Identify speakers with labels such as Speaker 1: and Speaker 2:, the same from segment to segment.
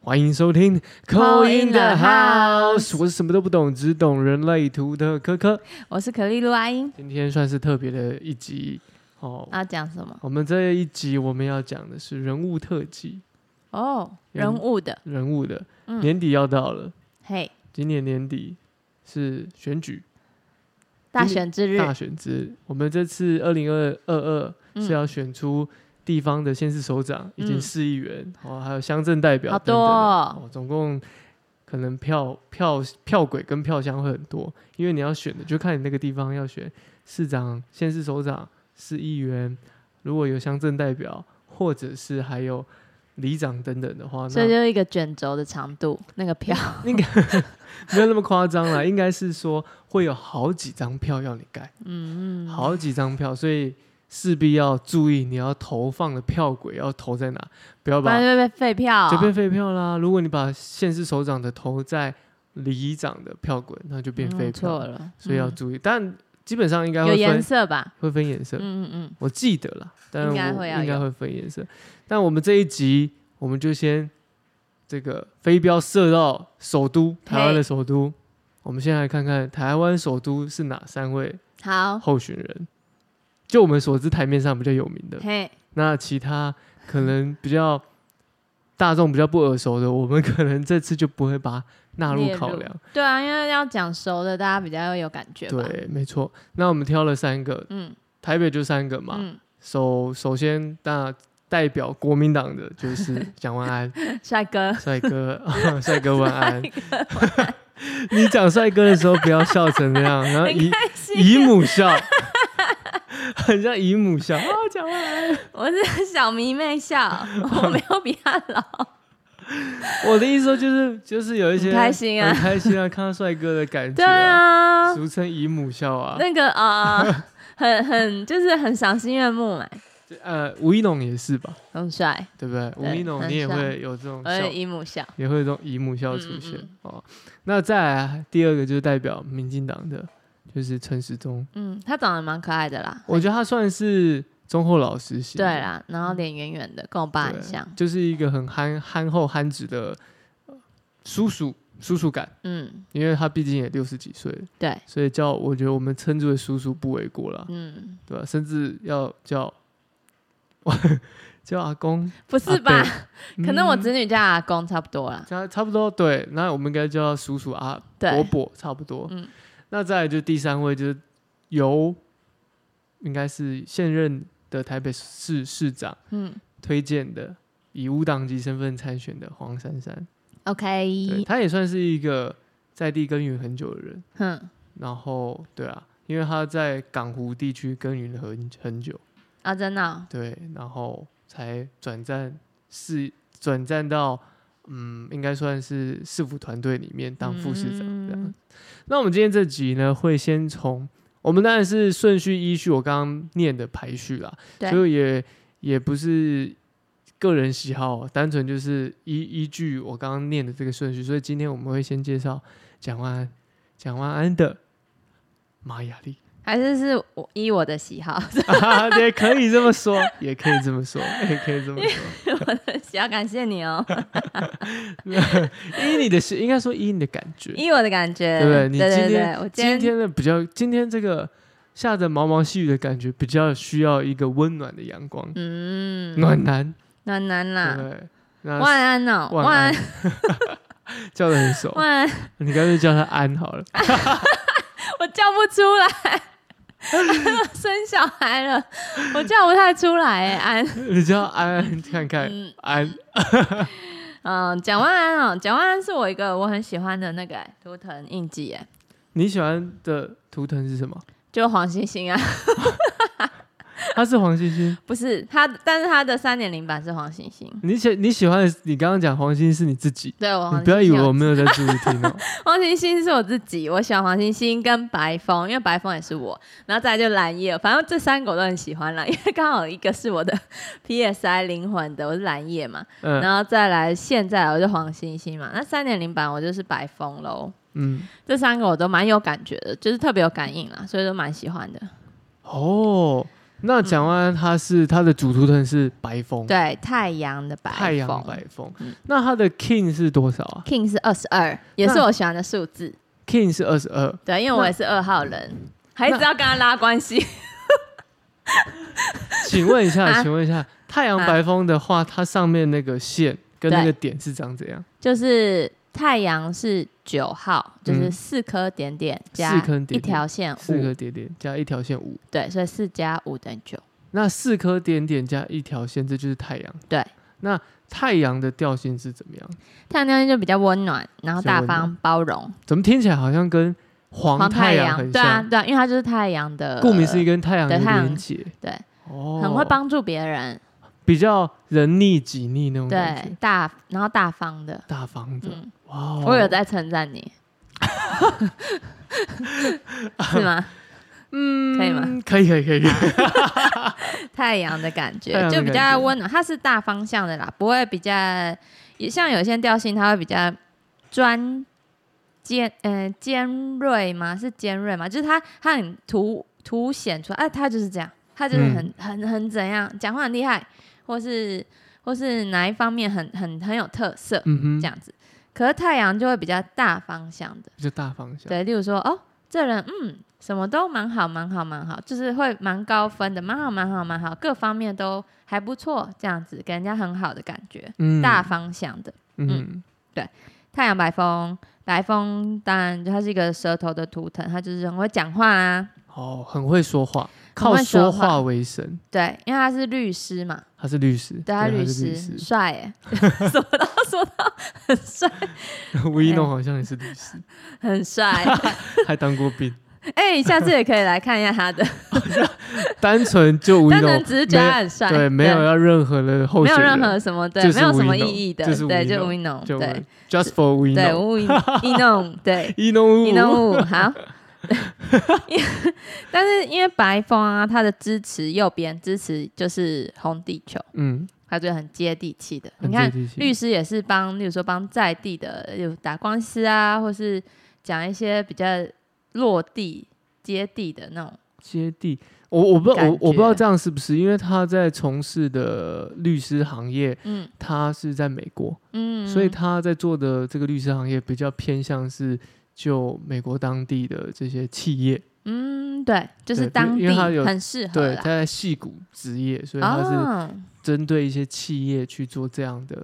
Speaker 1: 欢迎收听《
Speaker 2: Call
Speaker 1: Call
Speaker 2: in
Speaker 1: in
Speaker 2: the
Speaker 1: the
Speaker 2: House
Speaker 1: House》，我是什么都不懂，只懂人类图的科科。
Speaker 2: 我是可丽露阿英。
Speaker 1: 今天算是特别的一集哦。
Speaker 2: 要讲什么？
Speaker 1: 我们这一集我们要讲的是人物特辑，
Speaker 2: 哦，
Speaker 1: 人
Speaker 2: 人物的，
Speaker 1: 人物的。
Speaker 2: 嗯
Speaker 1: 年底要到了，
Speaker 2: 嘿，
Speaker 1: 今年年底是选举
Speaker 2: 大选之日，
Speaker 1: 大选之，我们这次二零二二二
Speaker 2: 嗯
Speaker 1: 是要选出地方的县市首长、以及
Speaker 2: 嗯
Speaker 1: 市议员，哦，还有乡镇代表
Speaker 2: 好
Speaker 1: 等
Speaker 2: 多
Speaker 1: 等的。
Speaker 2: 哦。
Speaker 1: 哦，总共可能票票票轨跟票箱会很多，因为你要选的就看你那个地方要选市长、县市首长、市议员，如果有乡镇代表，或者是还有里长等等的话，
Speaker 2: 所
Speaker 1: 那
Speaker 2: 以就一个卷轴的长度，那个票
Speaker 1: 没有那么夸张啦，应该是说会有好几张票要你盖，嗯嗯，好几张票，所以。势必要注意你要投放的票轨要投在哪，不要
Speaker 2: 不
Speaker 1: 把
Speaker 2: 然就被废票
Speaker 1: 就变废票啦。如果你把县市首长的投在里长的票轨，那就变废票、
Speaker 2: 嗯错了，
Speaker 1: 所以要
Speaker 2: 嗯
Speaker 1: 注意。但基本上应该
Speaker 2: 有
Speaker 1: 会
Speaker 2: 颜
Speaker 1: 分
Speaker 2: 色吧？
Speaker 1: 会分颜色，
Speaker 2: 嗯嗯嗯，
Speaker 1: 我记得啦，但我
Speaker 2: 应该会啊要有
Speaker 1: 应该会分颜色。但我们这一集我们就先这个飞镖射到首都
Speaker 2: 嘿
Speaker 1: 台湾的首都。我们先来看看台湾首都是哪三位
Speaker 2: 好，
Speaker 1: 候选
Speaker 2: 哦
Speaker 1: 人。就我们所知，台面上比较有名的，
Speaker 2: 嘿，
Speaker 1: 那其他可能比较大众比较不耳熟的，我们可能这次就不会把它纳入
Speaker 2: 列入
Speaker 1: 考量。
Speaker 2: 对啊，因为要讲熟的，大家比较有感觉吧？
Speaker 1: 对，没错。那我们挑了三个，
Speaker 2: 嗯
Speaker 1: 台北就三个嘛。
Speaker 2: 嗯，
Speaker 1: 首首先，那代表国民党的就是蒋万安
Speaker 2: 帅哥，
Speaker 1: 帅 哥，帅哥万安。你讲帅哥的时候不要笑成那样，然后姨姨母 笑，很像姨母笑啊，蒋万安。
Speaker 2: 我是小迷妹笑，我没有比他老。
Speaker 1: 我的意思说就是就是有一些
Speaker 2: 很开心啊
Speaker 1: 很开心啊，看到帅哥的感觉、
Speaker 2: 对啊，
Speaker 1: 俗称姨母笑啊。
Speaker 2: 那个啊、呃 很很就是很赏心悦目嘛，
Speaker 1: 呃，吴一农也是吧，
Speaker 2: 很帅，
Speaker 1: 对不对？
Speaker 2: 对
Speaker 1: 吴一农
Speaker 2: 很
Speaker 1: 你也
Speaker 2: 像
Speaker 1: 会有这种
Speaker 2: 而
Speaker 1: 笑
Speaker 2: 且，姨母笑，
Speaker 1: 也会有这种姨母笑出现
Speaker 2: 嗯
Speaker 1: 哦。那再来第二个就是代表民进党的，就是陈时中，
Speaker 2: 嗯，他长得蛮可爱的啦，
Speaker 1: 我觉得他算是忠厚老实型
Speaker 2: 对
Speaker 1: 的，
Speaker 2: 啦，然后脸圆圆的，跟我爸
Speaker 1: 嗯对
Speaker 2: 很像，
Speaker 1: 就是一个很憨憨厚憨直的呃叔叔叔叔感，
Speaker 2: 嗯，
Speaker 1: 因为他毕竟也六十几岁了，
Speaker 2: 对，
Speaker 1: 所以叫我觉得我们称之为叔叔不为过啦。
Speaker 2: 嗯，
Speaker 1: 对吧、甚至要叫 叫阿公，
Speaker 2: 不是吧
Speaker 1: 阿？
Speaker 2: 可能我
Speaker 1: 啊嗯
Speaker 2: 子女叫阿公差不多啦，
Speaker 1: 差差不多对，那我们应该叫叔叔啊伯
Speaker 2: 对，
Speaker 1: 伯差不多。
Speaker 2: 嗯
Speaker 1: 那再来就第三位就是由应该是现任的台北市市长
Speaker 2: 嗯
Speaker 1: 推荐的，以无党籍身份参选的黄珊珊，对，
Speaker 2: ，OK，
Speaker 1: 他也算是一个在地耕耘很久的人。
Speaker 2: 哼，
Speaker 1: 然后对啊，因为他在港湖地区耕耘了很很久。
Speaker 2: 啊，真的哦、
Speaker 1: 对，然后才转战市，转战到嗯，应该算是市府团队里面当副市长这样。
Speaker 2: 嗯
Speaker 1: 那我们今天这集呢，会先从我们当然是顺序依序我刚刚念的排序啦，
Speaker 2: 对
Speaker 1: 所以也也不是。个人喜好，单纯就是依依据我刚刚念的这个顺序，所以今天我们会先介绍蒋万安，蒋万安的玛雅历。
Speaker 2: 还是是我依我的喜好，
Speaker 1: 啊，也可以这么说，也可以这么说，也可以这么说。
Speaker 2: 喜好感谢你哦，
Speaker 1: 依你的是，应该说依你的感觉，
Speaker 2: 依我的感觉，
Speaker 1: 对不对你
Speaker 2: 对
Speaker 1: 今
Speaker 2: 对
Speaker 1: 天
Speaker 2: 对，我今
Speaker 1: 今天的比较，今天这个下着毛毛细雨的感觉，比较需要一个温暖的阳光，
Speaker 2: 嗯，啊
Speaker 1: 暖男，
Speaker 2: 暖男啦
Speaker 1: 对不，对？那
Speaker 2: 晚安哦，
Speaker 1: 万
Speaker 2: 晚
Speaker 1: 安
Speaker 2: 安，
Speaker 1: 叫的很熟，
Speaker 2: 晚安。
Speaker 1: 你干脆叫他安好 了。
Speaker 2: 我叫不出来， 生小孩了，我叫不太出来、欸。安，
Speaker 1: 你叫安安看看，
Speaker 2: 嗯
Speaker 1: 安
Speaker 2: 嗯，蒋万安哦，蒋万安是我一个我很喜欢的那个、欸、图腾印记、欸，
Speaker 1: 你喜欢的图腾是什么？
Speaker 2: 就黄星星啊，
Speaker 1: 他是黄星星，
Speaker 2: 不是他，但是他的三点零版是黄星星。
Speaker 1: 你喜你喜欢的，你刚刚讲黄星星是你自己，
Speaker 2: 对，我
Speaker 1: 你
Speaker 2: 黄
Speaker 1: 不要以
Speaker 2: 星
Speaker 1: 为
Speaker 2: 星
Speaker 1: 我没有在注意听 哦。
Speaker 2: 黄星星是我自己，我喜欢黄星星跟白风，因为白风也是我，然后再来就蓝叶，反正这三个我都很喜欢啦，因为刚好一个是我的 PSI 灵魂的，我是蓝叶嘛，
Speaker 1: 嗯
Speaker 2: 然后再来现在我就黄星星嘛，那三点零版我就是白风喽。
Speaker 1: 嗯，
Speaker 2: 这
Speaker 1: 嗯
Speaker 2: 三个我都蛮有感觉的，就是特别有感应啦，所以都蛮喜欢的。
Speaker 1: 哦，那蒋万安他是他的主图腾是白风，
Speaker 2: 对，太阳的白凤，
Speaker 1: 太阳白风
Speaker 2: 嗯。
Speaker 1: 那他的 King 是多少啊
Speaker 2: King 是二十二，也是
Speaker 1: 那
Speaker 2: 我喜欢的数字。
Speaker 1: ？King 是二十二，
Speaker 2: 对，因为我也是二号人，还一直要跟他拉 关系。
Speaker 1: 请问一
Speaker 2: 啊
Speaker 1: 下，请问一下，太阳白风的话，它上面那个线跟那个点是长怎样？
Speaker 2: 就是太阳是九号，就是
Speaker 1: 嗯
Speaker 2: 四颗点点加
Speaker 1: 四颗点点
Speaker 2: 一条线
Speaker 1: 四
Speaker 2: 五，
Speaker 1: 颗点点加一条线五，
Speaker 2: 对，所以四加五等于九。
Speaker 1: 那四颗点点加一条线，这就是太阳。
Speaker 2: 对，
Speaker 1: 那太阳的调性是怎么样？
Speaker 2: 太阳那天就比较温暖，然后
Speaker 1: 比较
Speaker 2: 大
Speaker 1: 温
Speaker 2: 方包容。
Speaker 1: 怎么听起来好像跟黄太阳很
Speaker 2: 对啊
Speaker 1: 像？
Speaker 2: 对啊，因为它就是太阳的，
Speaker 1: 顾名思义，跟太阳有
Speaker 2: 对太阳
Speaker 1: 连结。
Speaker 2: 对，
Speaker 1: 哦，
Speaker 2: 很会，帮助别人，
Speaker 1: 比较人逆己逆那种感
Speaker 2: 对
Speaker 1: 觉，
Speaker 2: 大然后大方的。
Speaker 1: 大方的。
Speaker 2: 嗯，
Speaker 1: 哇哦，
Speaker 2: 我有在称 赞你，是吗？
Speaker 1: 嗯
Speaker 2: 可以吗？啊
Speaker 1: 可以，可以，可以。可以
Speaker 2: 太阳的感
Speaker 1: 太
Speaker 2: 觉，
Speaker 1: 阳的
Speaker 2: 就比较
Speaker 1: 感觉
Speaker 2: 温暖。它是大方向的啦，不会比较也像有些调性，它会比较专尖，呃，尖锐吗？是尖锐吗？就是它它很凸凸显出来，哎、它就是这样，它就是
Speaker 1: 嗯
Speaker 2: 很、很很怎样，讲话很厉害，或是或是哪一方面很很很有特色、
Speaker 1: 嗯
Speaker 2: 这
Speaker 1: 哼，
Speaker 2: 样子。可是太阳就会比较大方向的，
Speaker 1: 比较大方向。
Speaker 2: 对，例如说哦，这人嗯，什么都蛮好，蛮好，蛮好，就是会蛮高分的，蛮好，蛮好，蛮好，各方面都还不错，这样子给人家很好的感觉，
Speaker 1: 嗯
Speaker 2: 大方向的。
Speaker 1: 嗯
Speaker 2: 太阳白风，白风当然它是一个舌头的图腾，它就是很会讲话啊，
Speaker 1: 哦，很会说话，
Speaker 2: 很
Speaker 1: 靠
Speaker 2: 会说
Speaker 1: 说
Speaker 2: 话
Speaker 1: 话为生。
Speaker 2: 对，因为他是律师嘛，
Speaker 1: 他是律师，
Speaker 2: 对，他
Speaker 1: 是
Speaker 2: 律
Speaker 1: 师，
Speaker 2: 师帅耶，什么都说到很帅，
Speaker 1: 吴一农好像也是律师，
Speaker 2: 很帅，
Speaker 1: 还当过兵。
Speaker 2: 哎、下次也可以来看一下他的，
Speaker 1: 单纯就吴一
Speaker 2: 单
Speaker 1: 农
Speaker 2: 纯只是觉得他很帅，
Speaker 1: 对，没有要任何的候
Speaker 2: 没
Speaker 1: 选
Speaker 2: 有
Speaker 1: 人，
Speaker 2: 任何什么对，
Speaker 1: 就是
Speaker 2: 没有什么
Speaker 1: Wino，
Speaker 2: 意义的，
Speaker 1: 就是
Speaker 2: 对，就
Speaker 1: Wino，
Speaker 2: i n o
Speaker 1: 就
Speaker 2: 对
Speaker 1: just for 吴一
Speaker 2: 对
Speaker 1: 农，
Speaker 2: 乌 i n o 对
Speaker 1: 一农
Speaker 2: i n o 好。 因为但是因为白风啊，它的支持右边支持就是红地球，
Speaker 1: 嗯，
Speaker 2: 它就很接地气的。
Speaker 1: 很
Speaker 2: 你
Speaker 1: 接
Speaker 2: 看
Speaker 1: 地气
Speaker 2: 律师也是帮，例如说帮在地的，例如打官司啊，或是讲一些比较落地接地的那种。
Speaker 1: 接地。我我不知道
Speaker 2: 感
Speaker 1: 我我不知道
Speaker 2: 觉
Speaker 1: 这样是不是，因为他在从事的律师行业，
Speaker 2: 嗯
Speaker 1: 他是在美国，
Speaker 2: 嗯，
Speaker 1: 所以他在做的这个律师行业比较偏向是就美国当地的这些企业，
Speaker 2: 嗯对，就是
Speaker 1: 对
Speaker 2: 当
Speaker 1: 因为
Speaker 2: 地
Speaker 1: 它有
Speaker 2: 很适合
Speaker 1: 对，
Speaker 2: 啦
Speaker 1: 他在戏谷职业，所以他是
Speaker 2: 哦
Speaker 1: 针对一些企业去做这样的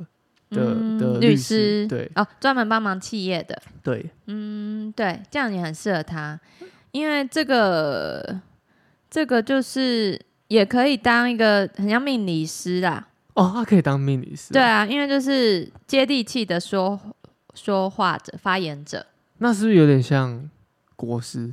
Speaker 1: 的的
Speaker 2: 嗯律
Speaker 1: 律
Speaker 2: 师，
Speaker 1: 师对
Speaker 2: 哦，专门帮忙企业的，
Speaker 1: 对，
Speaker 2: 嗯，对，这样也很适合他，因为这个这个就是也可以当一个很像命理师啦，
Speaker 1: 哦，他可以当命理师、
Speaker 2: 对，啊，因为就是接地气的说说话者、发言者，
Speaker 1: 那是不是有点像国师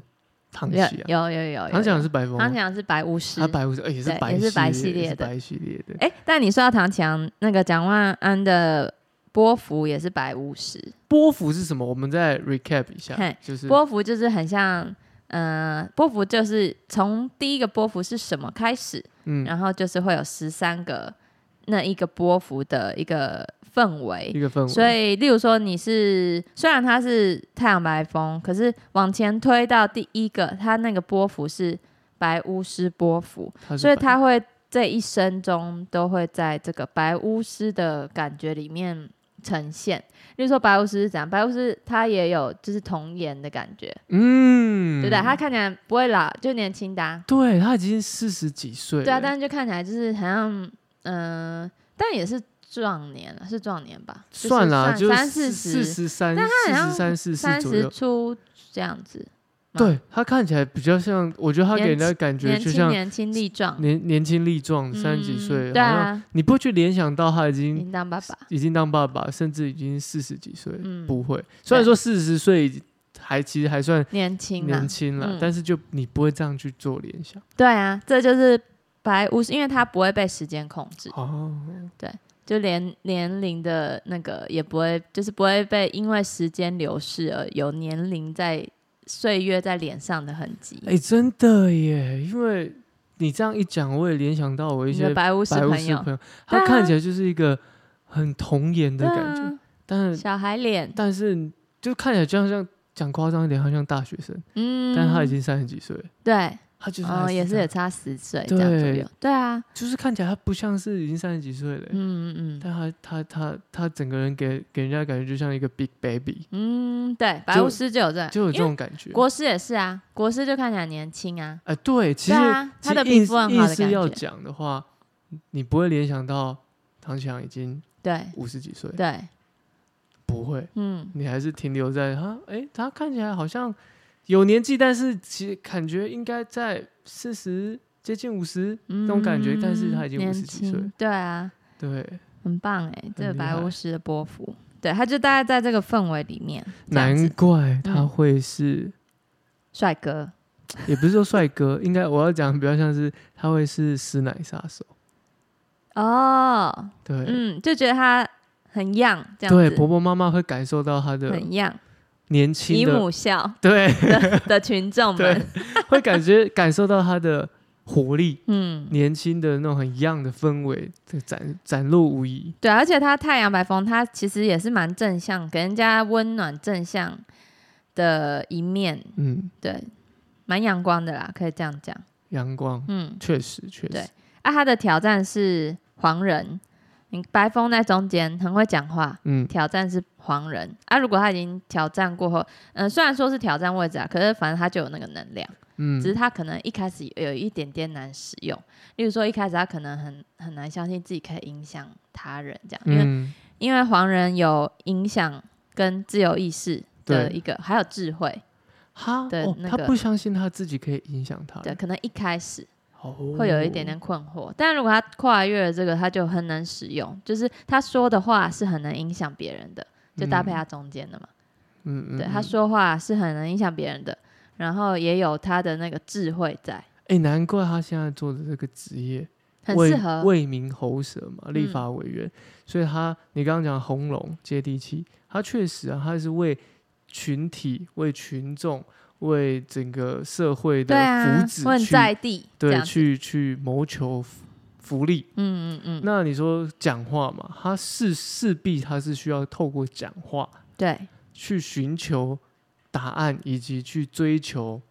Speaker 1: 唐
Speaker 2: 有
Speaker 1: 启啊？
Speaker 2: 有有有，
Speaker 1: 唐启
Speaker 2: 有
Speaker 1: 是白风吗，啊
Speaker 2: 唐强是白巫师
Speaker 1: 他，白胡子，哎、也是
Speaker 2: 对
Speaker 1: 白
Speaker 2: 也是白系
Speaker 1: 系
Speaker 2: 列
Speaker 1: 也是
Speaker 2: 的
Speaker 1: 白系列的。
Speaker 2: 哎，但你说到唐强，那个蒋万安的波幅也是白巫师，
Speaker 1: 波幅是什么？我们再 recap 一下
Speaker 2: 嘿，
Speaker 1: 就是
Speaker 2: 波幅就是很像，呃，波幅就是从第一个波幅是什么开始，
Speaker 1: 嗯
Speaker 2: 然后就是会有十三个那一个波幅的一个氛围。
Speaker 1: 一个氛围，
Speaker 2: 所以，例如说你是虽然它是太阳白风，可是往前推到第一个，它那个波幅是白巫师波幅，
Speaker 1: 它是
Speaker 2: 所以
Speaker 1: 白
Speaker 2: 他会这一生中都会在这个白巫师的感觉里面呈现。例如说白巫师是怎样，白巫师他也有就是童颜的感觉，
Speaker 1: 嗯，
Speaker 2: 对不对？他看起来不会老，就年轻的啊、
Speaker 1: 对他已经四十几岁了，
Speaker 2: 对啊，但是就看起来就是好像嗯、呃但也是壮年了，是壮年吧？就是
Speaker 1: 算啦，就
Speaker 2: 三
Speaker 1: 四
Speaker 2: 四
Speaker 1: 四
Speaker 2: 十、
Speaker 1: 十三、
Speaker 2: 但
Speaker 1: 四
Speaker 2: 他好
Speaker 1: 十三、四
Speaker 2: 三
Speaker 1: 十左右
Speaker 2: 十。出这样子，嘛
Speaker 1: 对他看起来比较像，我觉得他给人家感觉
Speaker 2: 年
Speaker 1: 就
Speaker 2: 轻
Speaker 1: 像
Speaker 2: 年轻力壮，
Speaker 1: 年年轻力壮，三十几岁，
Speaker 2: 嗯对
Speaker 1: 好像
Speaker 2: 啊，
Speaker 1: 你不会去联想到他已经
Speaker 2: 应当爸爸，
Speaker 1: 已经当爸爸，甚至已经四十几岁，
Speaker 2: 嗯
Speaker 1: 不会。虽然说四十岁还其实还算
Speaker 2: 年轻啊
Speaker 1: 年，轻了，
Speaker 2: 嗯
Speaker 1: 但是就你不会这样去做联想
Speaker 2: 对啊，这就是白巫师，因为他不会被时间控制，
Speaker 1: 哦。
Speaker 2: 就连年龄的那个也不会，就是不会被因为时间流逝而有年龄在岁月在脸上的痕迹。
Speaker 1: 哎、真的耶，因为你这样一讲，我也联想到我一
Speaker 2: 你
Speaker 1: 些
Speaker 2: 的白巫师
Speaker 1: 白巫
Speaker 2: 朋
Speaker 1: 师
Speaker 2: 友，
Speaker 1: 朋友，
Speaker 2: 对
Speaker 1: 他
Speaker 2: 啊
Speaker 1: 看起来就是一个很童颜的
Speaker 2: 对
Speaker 1: 感觉，
Speaker 2: 啊，
Speaker 1: 但
Speaker 2: 小孩脸，
Speaker 1: 但是就看起来就像像讲夸张一点，他像大学生，
Speaker 2: 嗯，
Speaker 1: 但他已经三十几岁了，
Speaker 2: 对，
Speaker 1: 他就是还
Speaker 2: 哦，也是
Speaker 1: 这
Speaker 2: 也
Speaker 1: 样
Speaker 2: 差十岁这样左
Speaker 1: 对
Speaker 2: 右。对啊，
Speaker 1: 就是看起来他不像是已经三十几岁了欸、
Speaker 2: 嗯嗯嗯
Speaker 1: 但他他他他整个人给给人家感觉就像一个 big baby，
Speaker 2: 嗯，对，白
Speaker 1: 就
Speaker 2: 巫师就有这，
Speaker 1: 就有这
Speaker 2: 因为
Speaker 1: 种感觉。
Speaker 2: 国师也是啊，国师就看起来年轻啊，
Speaker 1: 哎、对，其
Speaker 2: 对
Speaker 1: 实、
Speaker 2: 啊，
Speaker 1: 其
Speaker 2: 他
Speaker 1: 实
Speaker 2: 的皮
Speaker 1: 硬
Speaker 2: 肤很
Speaker 1: 硬
Speaker 2: 好的
Speaker 1: 是
Speaker 2: 感
Speaker 1: 要
Speaker 2: 觉，
Speaker 1: 讲的话，你不会联想到唐启阳已经
Speaker 2: 对
Speaker 1: 五十几岁，
Speaker 2: 对，
Speaker 1: 不会，
Speaker 2: 嗯，
Speaker 1: 你还是停留在他，哎、他看起来好像有年纪，但是其实感觉应该在四十接近五十，
Speaker 2: 那
Speaker 1: 种感觉但是他已经50几岁了，
Speaker 2: 嗯对啊，
Speaker 1: 对，
Speaker 2: 很棒哎，这个
Speaker 1: 厉
Speaker 2: 白
Speaker 1: 害
Speaker 2: 巫师的波幅，对，他就大概在这个氛围里面，这样
Speaker 1: 难
Speaker 2: 子
Speaker 1: 怪他
Speaker 2: 嗯
Speaker 1: 会是，
Speaker 2: 帅哥，
Speaker 1: 也不是说帅哥，应该我要讲比较像是他会是师奶杀手，
Speaker 2: 哦，
Speaker 1: 对，
Speaker 2: 嗯，就觉得他很 young 这样
Speaker 1: 对，
Speaker 2: 子，
Speaker 1: 婆婆妈妈会感受到他的
Speaker 2: 很 young，
Speaker 1: 年轻
Speaker 2: 姨
Speaker 1: 的，
Speaker 2: 母笑
Speaker 1: 对
Speaker 2: 的的群众
Speaker 1: 对
Speaker 2: 们，，
Speaker 1: 会感觉感受到他的活力，
Speaker 2: 嗯，
Speaker 1: 年轻的那种很 young 的氛围，这展展露无遗。
Speaker 2: 对，啊而且他太阳白风，他其实也是蛮正向，给人家温暖正向的一面，
Speaker 1: 嗯，
Speaker 2: 对，蛮阳光的啦，可以这样讲。
Speaker 1: 阳光
Speaker 2: 嗯，
Speaker 1: 确实确实
Speaker 2: 对，啊，他的挑战是黄人，嗯白风在中间，很会讲话。
Speaker 1: 嗯，
Speaker 2: 挑战是黄人啊，如果他已经挑战过后，嗯、虽然说是挑战位置啊，可是反正他就有那个能量，
Speaker 1: 嗯
Speaker 2: 只是他可能一开始有一点点难使用。例如说一开始他可能很很难相信自己可以影响他人这样，因为
Speaker 1: 嗯，
Speaker 2: 因为黄人有影响跟自由意识的一个，还有智慧，
Speaker 1: 他
Speaker 2: 的
Speaker 1: 哦，
Speaker 2: 那
Speaker 1: 他
Speaker 2: 个
Speaker 1: 不相信他自己可以影响他
Speaker 2: 对，
Speaker 1: 人，
Speaker 2: 可能一开始
Speaker 1: 哦
Speaker 2: 会有一点点困惑，但如果他跨越了这个，他就很能使用，就是他说的话是很能影响别人的，就搭配他中间的嘛，
Speaker 1: 嗯，嗯嗯，
Speaker 2: 对，他说话是很能影响别人的，然后也有他的那个智慧在，
Speaker 1: 哎，难怪他现在做的这个职业
Speaker 2: 很
Speaker 1: 为
Speaker 2: 适合，嗯
Speaker 1: 为民喉舌嘛，立法委员，所以他你刚刚讲红龙接地气，他确实啊，他是为群体、为群众、为整个社会的
Speaker 2: 对啊
Speaker 1: 福，祉
Speaker 2: 问
Speaker 1: 去、
Speaker 2: 在地这
Speaker 1: 对
Speaker 2: 样子，
Speaker 1: 去去谋求福福利。
Speaker 2: 嗯嗯嗯，
Speaker 1: 那你说讲话嘛，他是势必他是需要透过讲话
Speaker 2: 对，
Speaker 1: 去寻求答案，以及去追求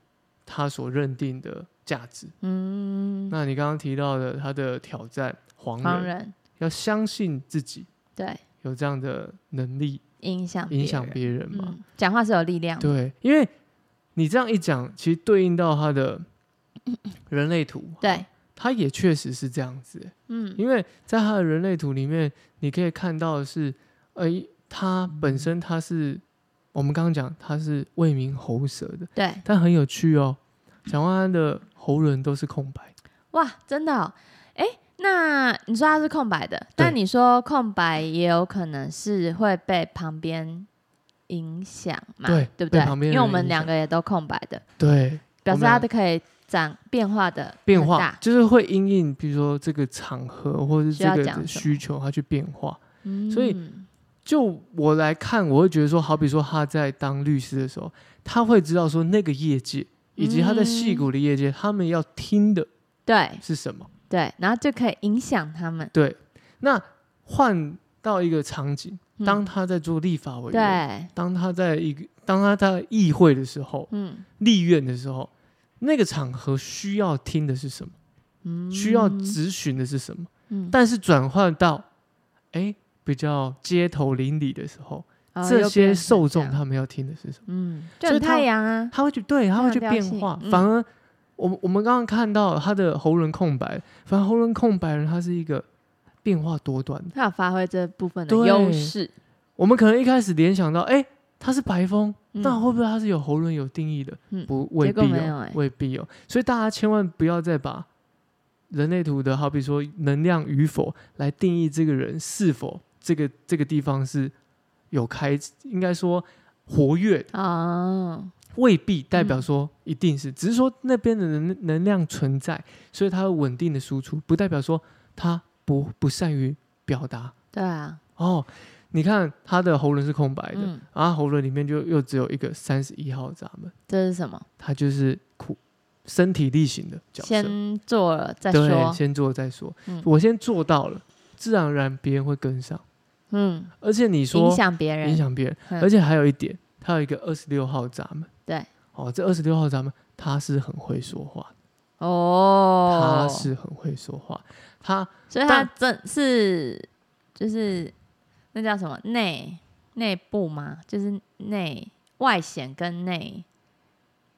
Speaker 1: 他所认定的价值。
Speaker 2: 嗯，
Speaker 1: 那你刚刚提到的他的挑战，黄人
Speaker 2: 黄人
Speaker 1: 要相信自己
Speaker 2: 对
Speaker 1: 有这样的能力，
Speaker 2: 影响
Speaker 1: 影响
Speaker 2: 人
Speaker 1: 别人嘛。
Speaker 2: 嗯，讲话是有力量的，
Speaker 1: 对，因为你这样一讲，其实对应到他 的人类图，
Speaker 2: 对。
Speaker 1: 他也确实是这样子欸。
Speaker 2: 嗯
Speaker 1: 因为在他的人类图里面，你可以看到的是，呃，他本身他是我们刚刚讲他是为民喉舌的，，
Speaker 2: 对，
Speaker 1: 但很有趣哦。蒋万安的喉轮都是空白，
Speaker 2: 哇，真的、哦，哎，那你说它是空白的，但你说空白也有可能是会被旁边影响嘛，
Speaker 1: 对
Speaker 2: 不对
Speaker 1: 被旁？边
Speaker 2: 因
Speaker 1: 人
Speaker 2: 为我们
Speaker 1: 影
Speaker 2: 两
Speaker 1: 响
Speaker 2: 个也都空白的，
Speaker 1: 对，
Speaker 2: 表
Speaker 1: 我
Speaker 2: 示
Speaker 1: 们
Speaker 2: 它
Speaker 1: 两
Speaker 2: 都可以长变化的
Speaker 1: 变
Speaker 2: 很
Speaker 1: 化
Speaker 2: 大，
Speaker 1: 就是会因应，比如说这个场合或者是
Speaker 2: 需
Speaker 1: 这
Speaker 2: 要
Speaker 1: 个
Speaker 2: 讲
Speaker 1: 的
Speaker 2: 什么
Speaker 1: 需求，它去变化。
Speaker 2: 嗯
Speaker 1: 所以就我来看，我会觉得说，好比说他在当律师的时候，他会知道说那个业界以及他在戏骨的业界，他们要听的
Speaker 2: 对
Speaker 1: 是什么。
Speaker 2: 对，然后就可以影响他们，
Speaker 1: 对，那换到一个场景，
Speaker 2: 嗯
Speaker 1: 当他在做立法委员，
Speaker 2: 对，
Speaker 1: 当他在一个当他在议会的时候，
Speaker 2: 嗯
Speaker 1: 立院的时候，那个场合需要听的是什么，
Speaker 2: 嗯，
Speaker 1: 需要咨询的是什么。
Speaker 2: 嗯，
Speaker 1: 但是转换到，哎，比较街头邻里的时候，
Speaker 2: 哦
Speaker 1: 这
Speaker 2: 又
Speaker 1: 些
Speaker 2: 变成
Speaker 1: 受
Speaker 2: 这
Speaker 1: 众
Speaker 2: 样
Speaker 1: 他们要听的是什么？
Speaker 2: 嗯，就
Speaker 1: 所以它
Speaker 2: 很太阳啊，
Speaker 1: 他会去对，他
Speaker 2: 那
Speaker 1: 会
Speaker 2: 很
Speaker 1: 去
Speaker 2: 调
Speaker 1: 变
Speaker 2: 性
Speaker 1: 化。
Speaker 2: 嗯
Speaker 1: 反而我们我们刚刚看到他的喉轮空白，反而喉轮空白人他是一个变化多端的。
Speaker 2: 它有发挥这部分的
Speaker 1: 对
Speaker 2: 优势，
Speaker 1: 我们可能一开始联想到，哎、他是白风，
Speaker 2: 嗯
Speaker 1: 那会不会他是有喉轮有定义的？
Speaker 2: 嗯
Speaker 1: 不，未
Speaker 2: 结
Speaker 1: 必
Speaker 2: 果没有
Speaker 1: 有
Speaker 2: 欸，
Speaker 1: 未必有。所以大家千万不要再把人类图的好比说能量与否来定义这个人是否这个这个地方是有开，应该说活跃的。
Speaker 2: 哦，
Speaker 1: 未必代表
Speaker 2: 嗯
Speaker 1: 说一定是，只是说那边的能能量存在，所以它有稳定的输出，不代表说它不不善于表达
Speaker 2: 对啊，
Speaker 1: 哦。你看它的喉轮是空白的，
Speaker 2: 嗯，
Speaker 1: 然后喉轮里面就又只有一个三十一号闸门，
Speaker 2: 这是什么？
Speaker 1: 它就是苦身体力行的角色，
Speaker 2: 先做了再
Speaker 1: 对，
Speaker 2: 说。
Speaker 1: 先做再说，
Speaker 2: 嗯
Speaker 1: 我先做到了，自然而然别人会跟上，
Speaker 2: 嗯，
Speaker 1: 而且你
Speaker 2: 影
Speaker 1: 说
Speaker 2: 响别人，
Speaker 1: 影响别人，
Speaker 2: 嗯
Speaker 1: 而且还有一点，它有一个二十六号闸门，
Speaker 2: 对，
Speaker 1: 哦，这二十六号闸门他是很会说话的。
Speaker 2: 哦
Speaker 1: 他，是很会说话，他
Speaker 2: 所以他真是就是那叫什么内内部吗？就是内外显跟内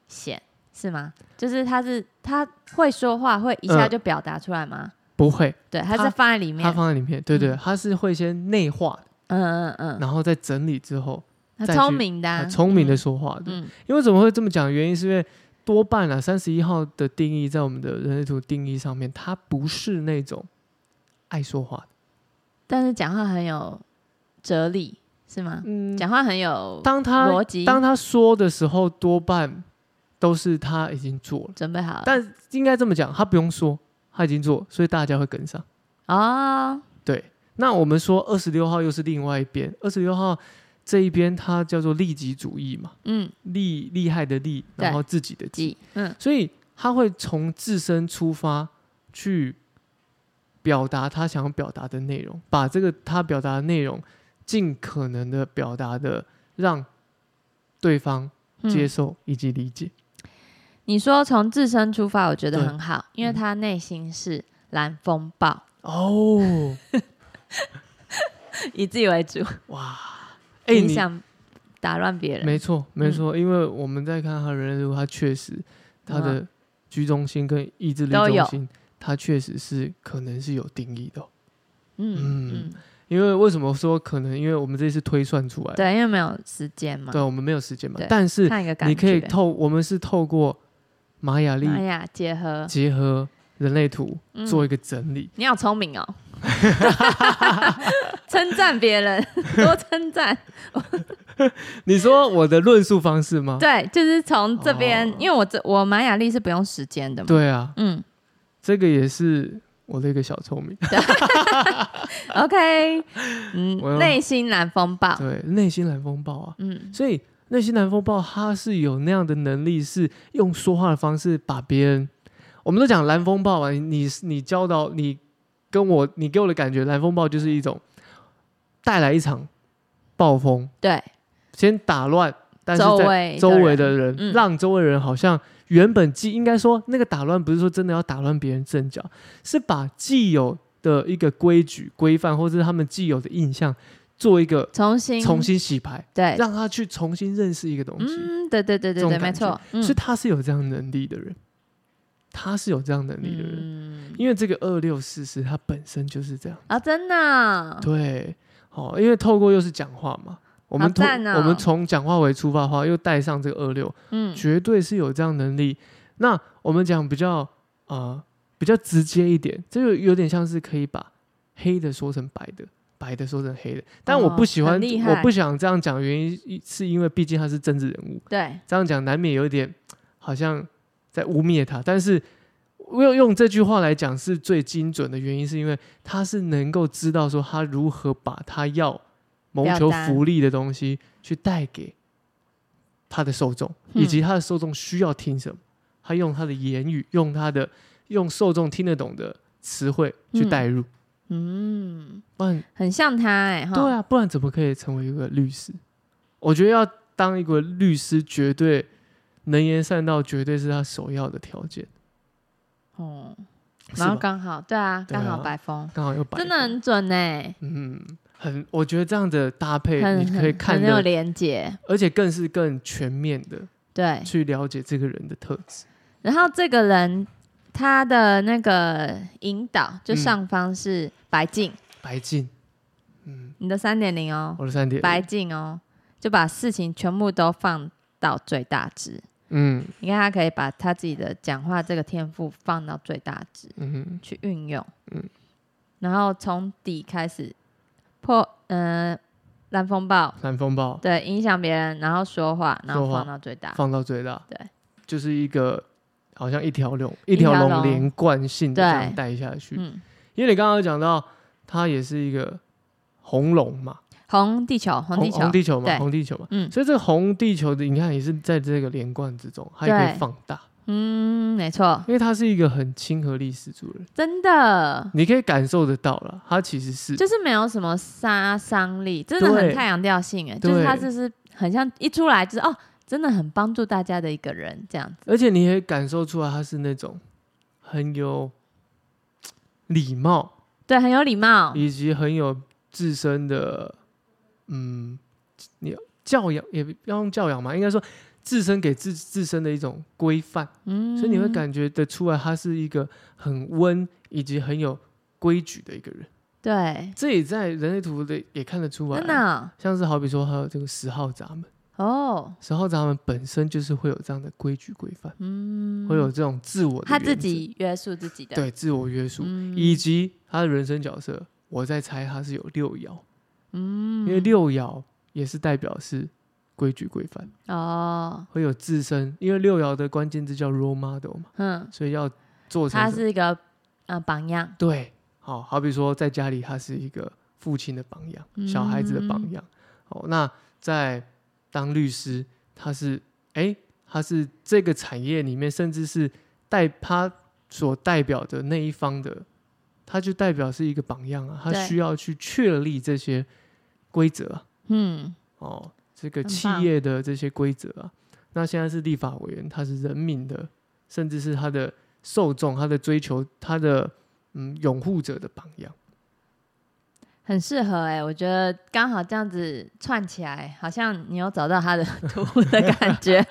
Speaker 2: 显是吗？就是他是他会说话，会一下
Speaker 1: 嗯
Speaker 2: 就表达出来吗？
Speaker 1: 不会，
Speaker 2: 对，他
Speaker 1: 他
Speaker 2: 是放在里面
Speaker 1: 他，放在里面，对对，
Speaker 2: 嗯
Speaker 1: 他是会先内化，
Speaker 2: 嗯嗯嗯，
Speaker 1: 然后再整理之后，
Speaker 2: 他
Speaker 1: 再
Speaker 2: 聪
Speaker 1: 去
Speaker 2: 明的啊，
Speaker 1: 呃聪明的
Speaker 2: 嗯，
Speaker 1: 说话的。
Speaker 2: 嗯
Speaker 1: 因为怎么会这么讲？原因是因为多半啊，三十一号的定义在我们的人类图定义上面，他不是那种爱说话的。
Speaker 2: 但是讲话很有哲理，是吗？
Speaker 1: 嗯，
Speaker 2: 讲话很有
Speaker 1: 当
Speaker 2: 逻
Speaker 1: 他
Speaker 2: 辑，
Speaker 1: 当他说的时候，多半都是他已经做了。
Speaker 2: 准备好了
Speaker 1: 但应该这么讲，他不用说，他已经做，所以大家会跟上。
Speaker 2: 哦，
Speaker 1: 对，那我们说二十六号又是另外一边，二十六号这一边它叫做利己主义嘛，
Speaker 2: 嗯，
Speaker 1: 利厉害的利，
Speaker 2: 对
Speaker 1: 然后自己的己，
Speaker 2: 几，嗯
Speaker 1: 所以他会从自身出发去表达他想要表达的内容，把这个他表达的内容尽可能的表达的让对方
Speaker 2: 嗯，
Speaker 1: 接受以及理解。
Speaker 2: 你说从自身出发，我觉得
Speaker 1: 对
Speaker 2: 很好，因为
Speaker 1: 嗯
Speaker 2: 他内心是蓝风暴，
Speaker 1: 哦，
Speaker 2: 以自己为主，
Speaker 1: 哇，哎、
Speaker 2: 影
Speaker 1: 你
Speaker 2: 想打乱别人，
Speaker 1: 没错，没错，因为我们在看他人类图，他确实他
Speaker 2: 嗯
Speaker 1: 的居中心跟意志力
Speaker 2: 都有
Speaker 1: 中心，他确实是可能是有定义的哦、
Speaker 2: 嗯嗯，
Speaker 1: 因为为什么说可能？因为我们这次推算出来，
Speaker 2: 对，因为没有时间嘛，
Speaker 1: 对，我们没有时间嘛
Speaker 2: 对，
Speaker 1: 但是
Speaker 2: 看一个感觉，
Speaker 1: 你可以透，我们是透过玛雅历
Speaker 2: 哎呀，结合，
Speaker 1: 结合人类图
Speaker 2: 嗯
Speaker 1: 做一个整理。
Speaker 2: 你好聪 明哦， 称赞别人， 多称赞，
Speaker 1: 你说我的论述方式吗？
Speaker 2: 对，就是从这边
Speaker 1: 哦，
Speaker 2: 因为我这我玛雅历是不用时间的嘛，
Speaker 1: 对啊，
Speaker 2: 嗯
Speaker 1: 这个也是我的一个小聪明。
Speaker 2: ，OK，
Speaker 1: 我
Speaker 2: 嗯，
Speaker 1: 要
Speaker 2: 内心蓝风暴，
Speaker 1: 对，内心蓝风暴啊，
Speaker 2: 嗯
Speaker 1: 所以内心南风暴他是有那样的能力，是用说话的方式把别人，我们都讲蓝风暴啊，你你教导你跟我，你给我的感觉，蓝风暴就是一种带来一场暴风，
Speaker 2: 对，
Speaker 1: 先打乱，但是
Speaker 2: 周
Speaker 1: 在
Speaker 2: 围
Speaker 1: 周围
Speaker 2: 人
Speaker 1: 的人，
Speaker 2: 嗯
Speaker 1: 让周围人好像原本既应该说那个打乱，不是说真的要打乱别人阵脚，是把既有的一个规矩规范，或者是他们既有的印象，做一个
Speaker 2: 重新
Speaker 1: 重新洗牌。
Speaker 2: 对，
Speaker 1: 让他去重新认识一个东西，
Speaker 2: 嗯，对对对
Speaker 1: 这
Speaker 2: 对
Speaker 1: 种
Speaker 2: 对，
Speaker 1: 感
Speaker 2: 没错，嗯
Speaker 1: 所以他是有这样能力的人，他是有这样能力的人，
Speaker 2: 嗯
Speaker 1: 因为这个二六四四他本身就是这样，
Speaker 2: 啊，真的啊，
Speaker 1: 对，哦，因为透过又是讲话嘛，我们
Speaker 2: 好
Speaker 1: 通、
Speaker 2: 赞哦
Speaker 1: 我们从讲话为出发的话，又带上这个二六，
Speaker 2: 嗯，
Speaker 1: 绝对是有这样能力。那我们讲比较啊、呃比较直接一点，这就有点像是可以把黑的说成白的，白的说成黑的。但我不喜欢，
Speaker 2: 哦很厉害
Speaker 1: 我不想这样讲，原因是因为毕竟他是政治人物，
Speaker 2: 对，
Speaker 1: 这样讲难免有一点好像在污蔑他，但是用用这句话来讲是最精准的原因，是因为他是能够知道说他如何把他要谋求
Speaker 2: 表达
Speaker 1: 福利的东西去带给他的受众，
Speaker 2: 嗯
Speaker 1: 以及他的受众需要听什么，他用他的言语，用他的用受众听得懂的词汇去
Speaker 2: 嗯
Speaker 1: 带入，
Speaker 2: 嗯，
Speaker 1: 不然
Speaker 2: 很像他哎哈，
Speaker 1: 对啊，不然怎么可以成为一个律师？我觉得要当一个律师，绝对能言善道，绝对是他首要的条件。
Speaker 2: 哦，
Speaker 1: 是
Speaker 2: 然后
Speaker 1: 吧
Speaker 2: 刚好，对啊，
Speaker 1: 对
Speaker 2: 刚好
Speaker 1: 啊
Speaker 2: 白风，
Speaker 1: 刚好又白，
Speaker 2: 真的，很准哎，
Speaker 1: 嗯，很，我觉得这样的搭配，
Speaker 2: 很
Speaker 1: 你可以
Speaker 2: 很
Speaker 1: 看
Speaker 2: 很有
Speaker 1: 的，
Speaker 2: 连结，
Speaker 1: 而且更是更全面的
Speaker 2: 对，
Speaker 1: 去了解这个人的特质。
Speaker 2: 然后这个人他的那个引导就
Speaker 1: 嗯
Speaker 2: 上方是白净，
Speaker 1: 白净，嗯，
Speaker 2: 你的三点零哦，
Speaker 1: 我的三点，
Speaker 2: 白，净哦，就把事情全部都放到最大值。
Speaker 1: 嗯
Speaker 2: 你看他可以把他自己的讲话这个天赋放到最大值
Speaker 1: 嗯，
Speaker 2: 去运用，
Speaker 1: 嗯
Speaker 2: 然后从底开始破，嗯，蓝风暴，
Speaker 1: 蓝风暴
Speaker 2: 对，影响别人，然后说话，然后
Speaker 1: 说话
Speaker 2: 放到最大，
Speaker 1: 放到最大，
Speaker 2: 对，
Speaker 1: 就是一个好像一条龙，一
Speaker 2: 条
Speaker 1: 条
Speaker 2: 龙
Speaker 1: 龙连贯性的这样
Speaker 2: 对
Speaker 1: 带下去，
Speaker 2: 嗯，
Speaker 1: 因为你刚刚有讲到，它也是一个红龙嘛，
Speaker 2: 红地球，红地球，
Speaker 1: 红地球
Speaker 2: 对
Speaker 1: 嘛，红地球嘛，
Speaker 2: 嗯
Speaker 1: 所以这个红地球的，你看也是在这个连贯之中，它也可
Speaker 2: 对
Speaker 1: 以放大，
Speaker 2: 嗯，没错，
Speaker 1: 因为它是一个很亲和力十足的人，
Speaker 2: 真的
Speaker 1: 你可以感受得到了，它其实是
Speaker 2: 就是没有什么杀伤力，真的很
Speaker 1: 对
Speaker 2: 太阳调性哎，就是
Speaker 1: 对
Speaker 2: 他就是很像一出来就是哦，真的很帮助大家的一个人这样子，
Speaker 1: 而且你也感受出来，他是那种很有礼貌，
Speaker 2: 对，很有礼貌，
Speaker 1: 以及很有自身的嗯，你教养也不要用教养嘛，应该说自身给自自身的一种规范，
Speaker 2: 嗯，
Speaker 1: 所以你会感觉得出来，他是一个很温以及很有规矩的一个人。
Speaker 2: 对，
Speaker 1: 这也在人类图的也看得出来
Speaker 2: 真
Speaker 1: 啊，
Speaker 2: 的哦
Speaker 1: 像是好比说还有这个十号闸门，
Speaker 2: 哦，
Speaker 1: 十号闸门本身就是会有这样的规矩规范，
Speaker 2: 嗯，
Speaker 1: 会有这种自我的
Speaker 2: 他自
Speaker 1: 原则
Speaker 2: 己约束自己的，，
Speaker 1: 对自我约束，
Speaker 2: 嗯
Speaker 1: 以及他的人生角色，我在猜他是有六爻，
Speaker 2: 嗯，
Speaker 1: 因为六爻也是代表是规矩规范，
Speaker 2: 哦，
Speaker 1: 会有自身，因为六爻的关键字叫 role model 嘛，
Speaker 2: 嗯，
Speaker 1: 所以要做成
Speaker 2: 他
Speaker 1: 什么
Speaker 2: 是一个呃榜样，
Speaker 1: 对，好好比说在家里他是一个父亲的榜样，小孩子的榜
Speaker 2: 嗯
Speaker 1: 样，哦，那在当律师，他是诶，他是这个产业里面，甚至是代他所代表的那一方的，他就代表是一个榜样啊，他
Speaker 2: 对
Speaker 1: 需要去确立这些规则啊、
Speaker 2: 嗯，
Speaker 1: 哦，这个
Speaker 2: 很
Speaker 1: 企
Speaker 2: 棒
Speaker 1: 业的这些规则啊。那现在是立法委员，他是人民的，甚至是他的受众、他的追求、他的嗯拥护者的榜样。
Speaker 2: 很适合哎、我觉得刚好这样子串起来，好像你有找到他的 图的感觉，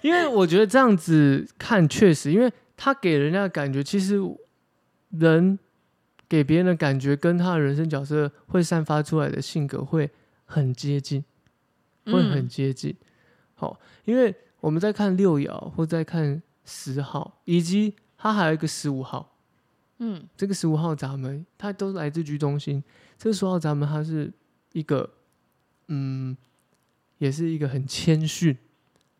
Speaker 1: 因为我觉得这样子看确实，因为他给人家的感觉，其实人给别人的感觉跟他的人生角色会散发出来的性格会很接近， 会很
Speaker 2: 嗯
Speaker 1: 接近。好、因为我们在看六爻或在看十号，以及他还有一个十五号，
Speaker 2: 嗯
Speaker 1: 这个十五号闸门，它都来自居中心。这个十号闸门，它是一个，嗯，也是一个很谦逊、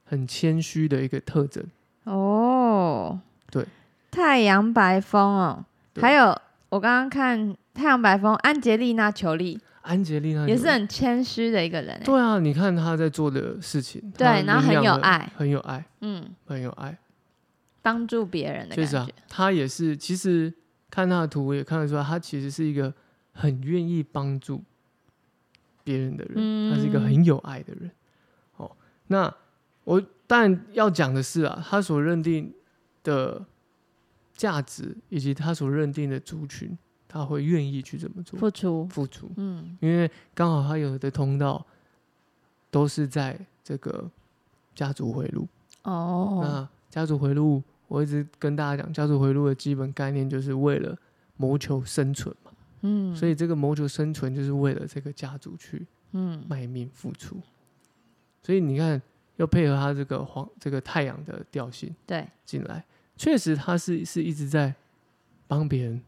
Speaker 1: 很谦虚的一个特征。
Speaker 2: 哦，
Speaker 1: 对，
Speaker 2: 太阳白风哦，
Speaker 1: 对
Speaker 2: 还有我刚刚看太阳白风，安杰丽娜裘丽
Speaker 1: 安吉丽娜
Speaker 2: 也
Speaker 1: 有
Speaker 2: 是很谦虚的一个人、欸，
Speaker 1: 对啊，你看她在做的事情，
Speaker 2: 对
Speaker 1: 她
Speaker 2: 然后很
Speaker 1: 领养
Speaker 2: 有
Speaker 1: 了
Speaker 2: 爱
Speaker 1: 很有爱，
Speaker 2: 嗯，
Speaker 1: 很有爱。
Speaker 2: 帮助别人的
Speaker 1: 确
Speaker 2: 感
Speaker 1: 实啊
Speaker 2: 觉，，
Speaker 1: 她也是，其实看她的图也看得出来，她其实是一个很愿意帮助别人的人，她是一个
Speaker 2: 嗯
Speaker 1: 很有爱的人。哦，那我但要讲的是啊，她所认定的价值以及她所认定的族群，她会愿意去这么做
Speaker 2: 付出，
Speaker 1: 付出，
Speaker 2: 嗯
Speaker 1: 因为刚好她有的通道都是在这个家族回路。
Speaker 2: 哦，
Speaker 1: 那家族回路，我一直跟大家讲，家族回路的基本概念就是为了谋求生存嘛，
Speaker 2: 嗯，
Speaker 1: 所以这个谋求生存就是为了这个家族去
Speaker 2: 嗯
Speaker 1: 卖命付出。所以你看，要配合他这个黄这个太阳的调性
Speaker 2: 对
Speaker 1: 进来，确实他是是一直在帮别人为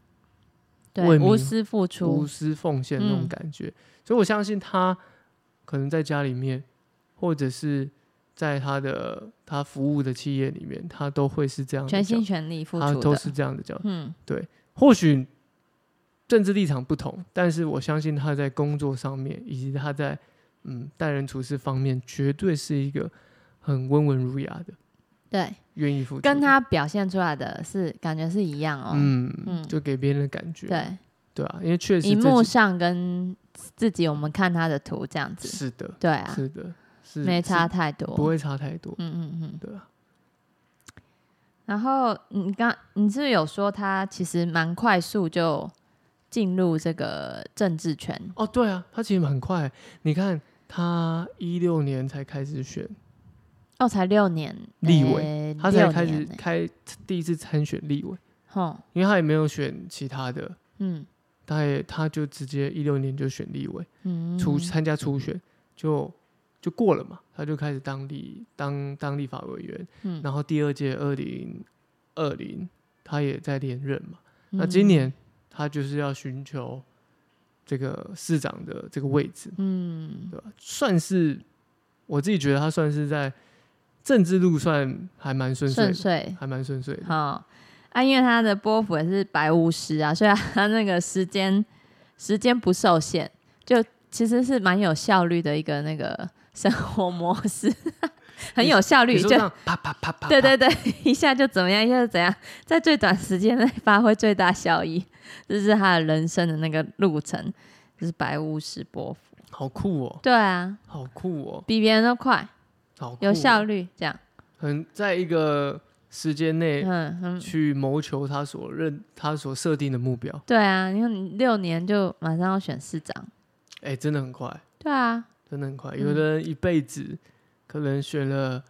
Speaker 2: 对，
Speaker 1: 民
Speaker 2: 无私付
Speaker 1: 无
Speaker 2: 出，
Speaker 1: 私奉献那种
Speaker 2: 嗯
Speaker 1: 感觉。所以我相信他可能在家里面，或者是在他的他服务的企业里面，他都会是这样的
Speaker 2: 全心
Speaker 1: 角
Speaker 2: 全力付
Speaker 1: 他
Speaker 2: 出
Speaker 1: 啊都
Speaker 2: 的，
Speaker 1: 是这样的角度。
Speaker 2: 嗯
Speaker 1: 或许政治立场不同，但是我相信他在工作上面以及他在嗯待人处事方面，绝对是一个很温文儒雅的，
Speaker 2: 对，
Speaker 1: 愿意付出的。
Speaker 2: 跟他表现出来的是感觉是一样哦，
Speaker 1: 嗯
Speaker 2: 嗯
Speaker 1: 就给别人的感觉，
Speaker 2: 对，
Speaker 1: 对啊，因为确实
Speaker 2: 荧
Speaker 1: 这
Speaker 2: 幕
Speaker 1: 几
Speaker 2: 上跟自己我们看他的图这样子，
Speaker 1: 是的，
Speaker 2: 对啊，
Speaker 1: 是的，是
Speaker 2: 没差
Speaker 1: 是
Speaker 2: 太多，
Speaker 1: 不会差太多，
Speaker 2: 嗯嗯嗯。
Speaker 1: 对啊，
Speaker 2: 然后你刚你是不是有说他其实蛮快速就进入这个政治圈，
Speaker 1: 哦，对啊，他其实很快，你看他一六年才开始选，
Speaker 2: 哦，才六年，
Speaker 1: 立委
Speaker 2: 诶
Speaker 1: 他才
Speaker 2: 六
Speaker 1: 开始
Speaker 2: 年呢欸
Speaker 1: 开第一次参选立委，
Speaker 2: 吼，
Speaker 1: 因为他也没有选其他的，
Speaker 2: 嗯
Speaker 1: 他也他就直接一六年就选立委，
Speaker 2: 嗯，
Speaker 1: 初参加初选就就过了嘛，他就开始当立当当立法委员，
Speaker 2: 嗯
Speaker 1: 然后第二届二零二零他也在连任嘛，那
Speaker 2: 嗯
Speaker 1: 今年他就是要寻求这个市长的这个位置，
Speaker 2: 嗯
Speaker 1: 对吧？算是我自己觉得他算是在政治路算还蛮顺遂
Speaker 2: 顺
Speaker 1: 的，
Speaker 2: 遂，
Speaker 1: 还蛮顺遂的，
Speaker 2: 好啊，因为他的波幅也是白巫师啊，所以他那个时间时间不受限，就其实是蛮有效率的一个那个生活模式， 很有效
Speaker 1: 你
Speaker 2: 率，
Speaker 1: 说
Speaker 2: 就
Speaker 1: 这 样啪啪啪啪啪，
Speaker 2: 对对对，一下就怎么样，一下就怎样，在最短时间内发挥最大效益，这是他的人生的那个路程，就是白巫师波幅。
Speaker 1: 好酷哦，
Speaker 2: 对啊，
Speaker 1: 好酷哦，
Speaker 2: 比别人都快，
Speaker 1: 好酷
Speaker 2: 有
Speaker 1: 哦
Speaker 2: 效率，这样
Speaker 1: 很在一个时间内
Speaker 2: 嗯嗯，
Speaker 1: 去谋求他所认他所设定的目标。
Speaker 2: 对啊，你看你六年就马上要选市长，
Speaker 1: 哎、真的很快，
Speaker 2: 对啊，
Speaker 1: 真的很快。有的人一辈子可能选了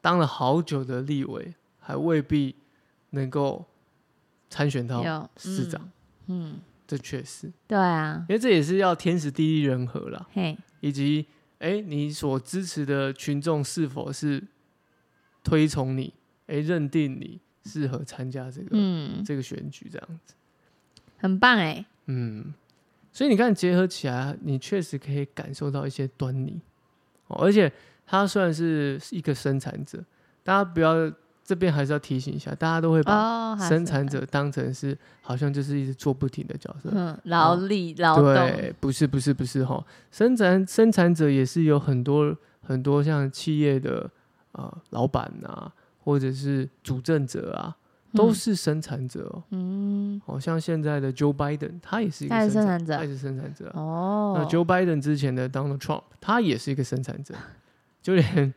Speaker 1: 当了好久的立委，还未必能够参选到，
Speaker 2: 有
Speaker 1: 市长，
Speaker 2: 嗯嗯，
Speaker 1: 这确实，
Speaker 2: 对啊
Speaker 1: 因，为这也是要天时地利人和啦，
Speaker 2: 嘿，
Speaker 1: 以及哎、你所支持的群众是否是推崇你，哎、认定你适合参加这个、
Speaker 2: 嗯，
Speaker 1: 这个选举这样子。
Speaker 2: 很棒哎，
Speaker 1: 嗯，所以你看，结合起来，你确实可以感受到一些端倪。哦、而且，他虽然是一个生产者，大家不要这边还是要提醒一下，大家都会把
Speaker 2: 哦，还
Speaker 1: 生
Speaker 2: 是
Speaker 1: 产，者当成是好像就是一直做不停的角色。
Speaker 2: 嗯，劳力劳动，
Speaker 1: 对，不是不是不是哈，生产生产者也是有很多很多像企业的呃老板呐、或者是主政者啊，都
Speaker 2: 嗯
Speaker 1: 是生产者哦。
Speaker 2: 嗯，
Speaker 1: 好、像现在的 Joe Biden，他也是一个
Speaker 2: 他也是
Speaker 1: 生
Speaker 2: 生
Speaker 1: 产
Speaker 2: 产者
Speaker 1: 他也是生产者啊、那
Speaker 2: 哦，
Speaker 1: Joe Biden 之前的 Donald Trump，他也是一个生产者，就连